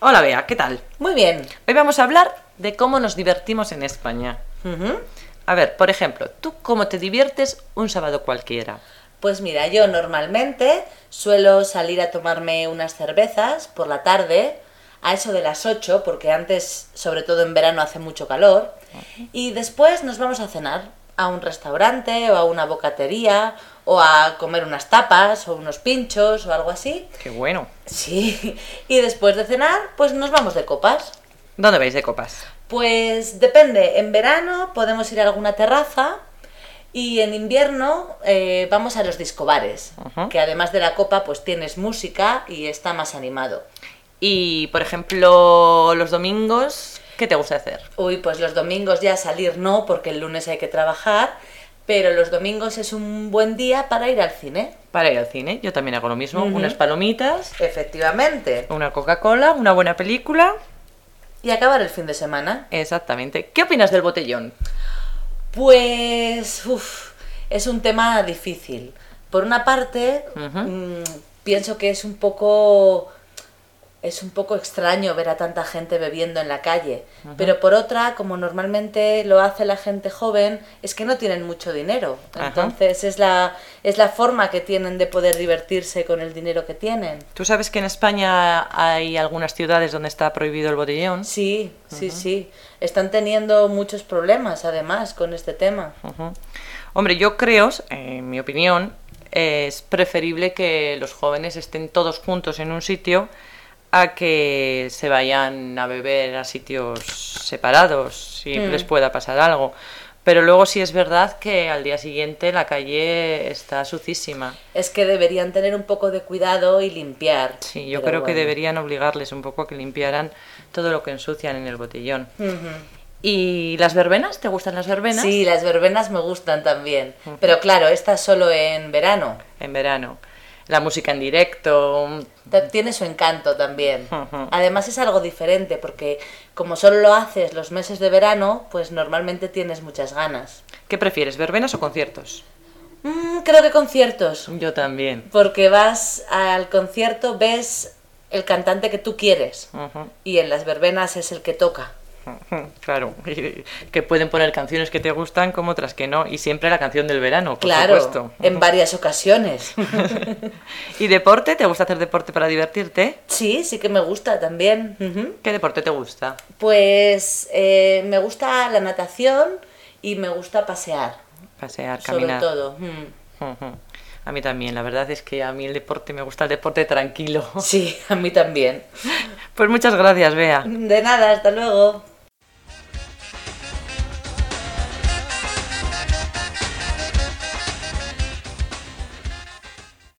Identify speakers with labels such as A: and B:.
A: Hola Bea, ¿qué tal?
B: Muy bien.
A: Hoy vamos a hablar de cómo nos divertimos en España.
B: Ujú.
A: A ver, por ejemplo, ¿tú cómo te diviertes un sábado cualquiera?
B: Pues mira, yo normalmente suelo salir a tomarme unas cervezas por la tarde, a eso de las 8, porque antes, sobre todo en verano, hace mucho calor. Y después nos vamos a cenar a un restaurante o a una bocatería o a comer unas tapas o unos pinchos o algo así.
A: Qué bueno.
B: Sí. Y después de cenar, pues nos vamos de copas.
A: ¿Dónde vais de copas?
B: Pues depende, en verano podemos ir a alguna terraza y en invierno eh, vamos a los discobares,
A: Ujú.
B: que además de la copa pues tienes música y está más animado.
A: Y, por ejemplo, los domingos, ¿qué te gusta hacer?
B: Uy, pues los domingos ya salir no, porque el lunes hay que trabajar, pero los domingos es un buen día para ir al cine.
A: Para ir al cine, yo también hago lo mismo,
B: Ujú.
A: unas palomitas,
B: Efectivamente.
A: una Coca-Cola, una buena película.
B: Y acabar el fin de semana.
A: Exactamente. ¿Qué opinas del botellón?
B: Pues, uf, es un tema difícil. Por una parte,
A: Ujú.
B: mm, pienso que es un poco es un poco extraño ver a tanta gente bebiendo en la calle, pero por otra, como normalmente lo hace la gente joven, es que no tienen mucho dinero.
A: Ajá.
B: Entonces, es la es la forma que tienen de poder divertirse con el dinero que tienen.
A: ¿Tú sabes que en España hay algunas ciudades donde está prohibido el botellón?
B: Sí, sí, sí. Están teniendo muchos problemas además con este tema.
A: Ujú. Hombre, yo creo, en mi opinión, es preferible que los jóvenes estén todos juntos en un sitio a que se vayan a beber a sitios separados, si
B: Mm.
A: les pueda pasar algo. Pero luego sí es verdad que al día siguiente la calle está sucísima.
B: Es que deberían tener un poco de cuidado y limpiar.
A: Sí, yo
B: pero
A: creo que
B: bueno.
A: deberían obligarles un poco a que limpiaran todo lo que ensucian en el botellón.
B: Ujú.
A: ¿Y las verbenas? ¿Te gustan las verbenas?
B: Sí, las verbenas me gustan también. Pero claro, estas solo en verano.
A: En verano. La música en directo,
B: Ta- Tiene su encanto también.
A: Ujú.
B: Además es algo diferente porque como solo lo haces los meses de verano, pues normalmente tienes muchas ganas.
A: ¿Qué prefieres, verbenas o conciertos?
B: Mm, creo que conciertos.
A: Yo también.
B: Porque vas al concierto, ves el cantante que tú quieres. Y en las verbenas es el que toca.
A: Claro, que pueden poner canciones que te gustan como otras que no, y siempre la canción del verano, por
B: Claro,
A: supuesto.
B: en varias ocasiones.
A: ¿Y deporte? ¿Te gusta hacer deporte para divertirte?
B: Sí, sí que me gusta también. Ujú.
A: ¿Qué deporte te gusta?
B: Pues eh, me gusta la natación y me gusta pasear,
A: Pasear, caminar.
B: sobre todo. Mm.
A: Ujú. A mí también, la verdad es que a mí el deporte me gusta el deporte tranquilo.
B: Sí, a mí también.
A: Pues muchas gracias, Bea.
B: De nada, hasta luego.